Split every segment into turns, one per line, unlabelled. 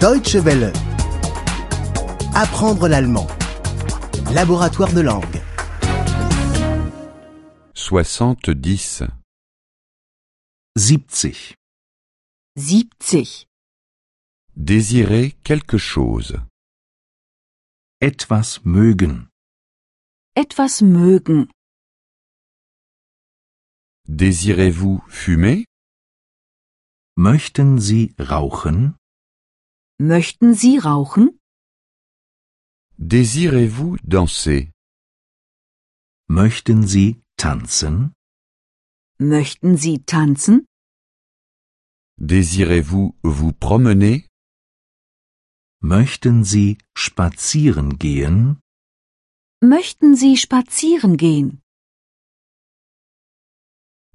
Deutsche Welle. Apprendre l'allemand. Laboratoire de langue.
70.
70.
70.
Désirer quelque chose.
Etwas mögen.
Etwas mögen.
Désirez-vous fumer
Möchten Sie rauchen?
Möchten Sie rauchen?
Désirez-vous danser
Möchten Sie tanzen?
Möchten Sie tanzen?
Désirez-vous vous promener
Möchten Sie spazieren gehen?
Möchten Sie spazieren gehen?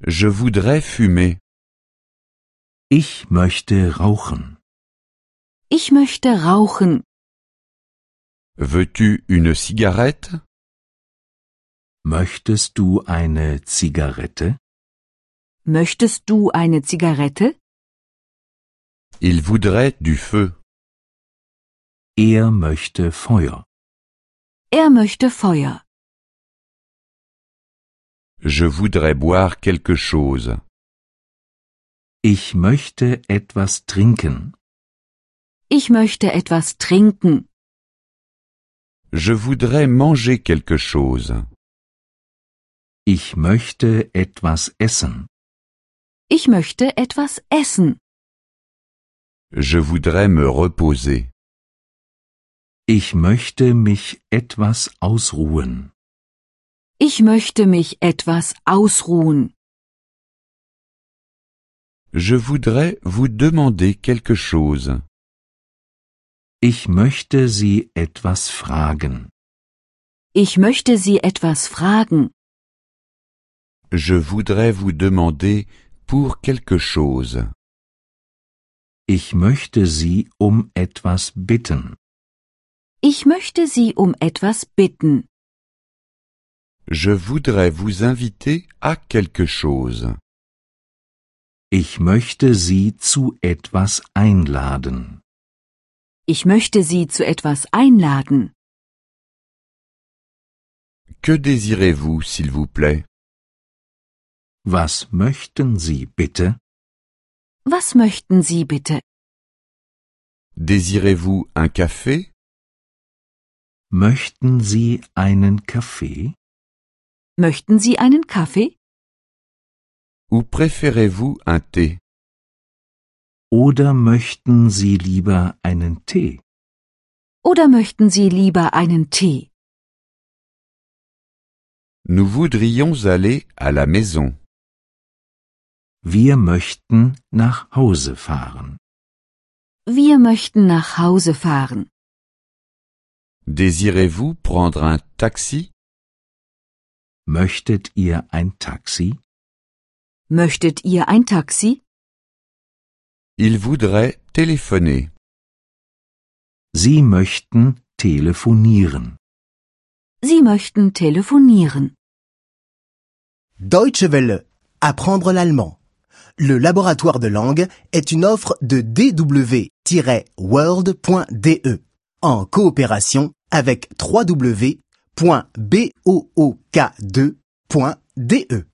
Je voudrais fumer.
Ich möchte rauchen.
Ich möchte rauchen.
Veux-tu une cigarette
Möchtest du eine Zigarette?
Möchtest du eine Zigarette?
Il voudrait du feu.
Er möchte Feuer.
Er möchte Feuer.
Je voudrais boire quelque chose.
Ich möchte etwas trinken.
Ich möchte etwas trinken.
Je voudrais manger quelque chose.
Ich möchte etwas essen.
Ich möchte etwas essen.
Je voudrais me reposer.
Ich möchte mich etwas ausruhen.
Ich möchte mich etwas ausruhen.
Je voudrais vous demander quelque chose.
Ich möchte Sie etwas fragen.
Ich möchte Sie etwas fragen.
Je voudrais vous demander pour quelque chose.
Ich möchte Sie um etwas bitten.
Ich möchte Sie um etwas bitten.
Je voudrais vous inviter à quelque chose.
Ich möchte Sie zu etwas einladen.
Ich möchte Sie zu etwas einladen.
Que désirez-vous, s'il vous plaît
Was möchten Sie bitte?
Was möchten Sie bitte?
Désirez-vous un café
Möchten Sie einen Kaffee?
Möchten Sie einen Kaffee?
ou préférez-vous un thé
Oder möchten Sie lieber einen Tee?
Oder möchten Sie lieber einen Tee?
Nous voudrions aller à la maison.
Wir möchten nach Hause fahren.
Wir möchten nach Hause fahren.
Désirez-vous prendre un taxi
Möchtet ihr ein Taxi?
Möchtet ihr ein Taxi?
Il voudrait téléphoner.
Sie möchten telefonieren.
Sie möchten telefonieren.
Deutsche Welle. Apprendre l'allemand. Le laboratoire de langue est une offre de dw-world.de E en coopération avec www.book2.de.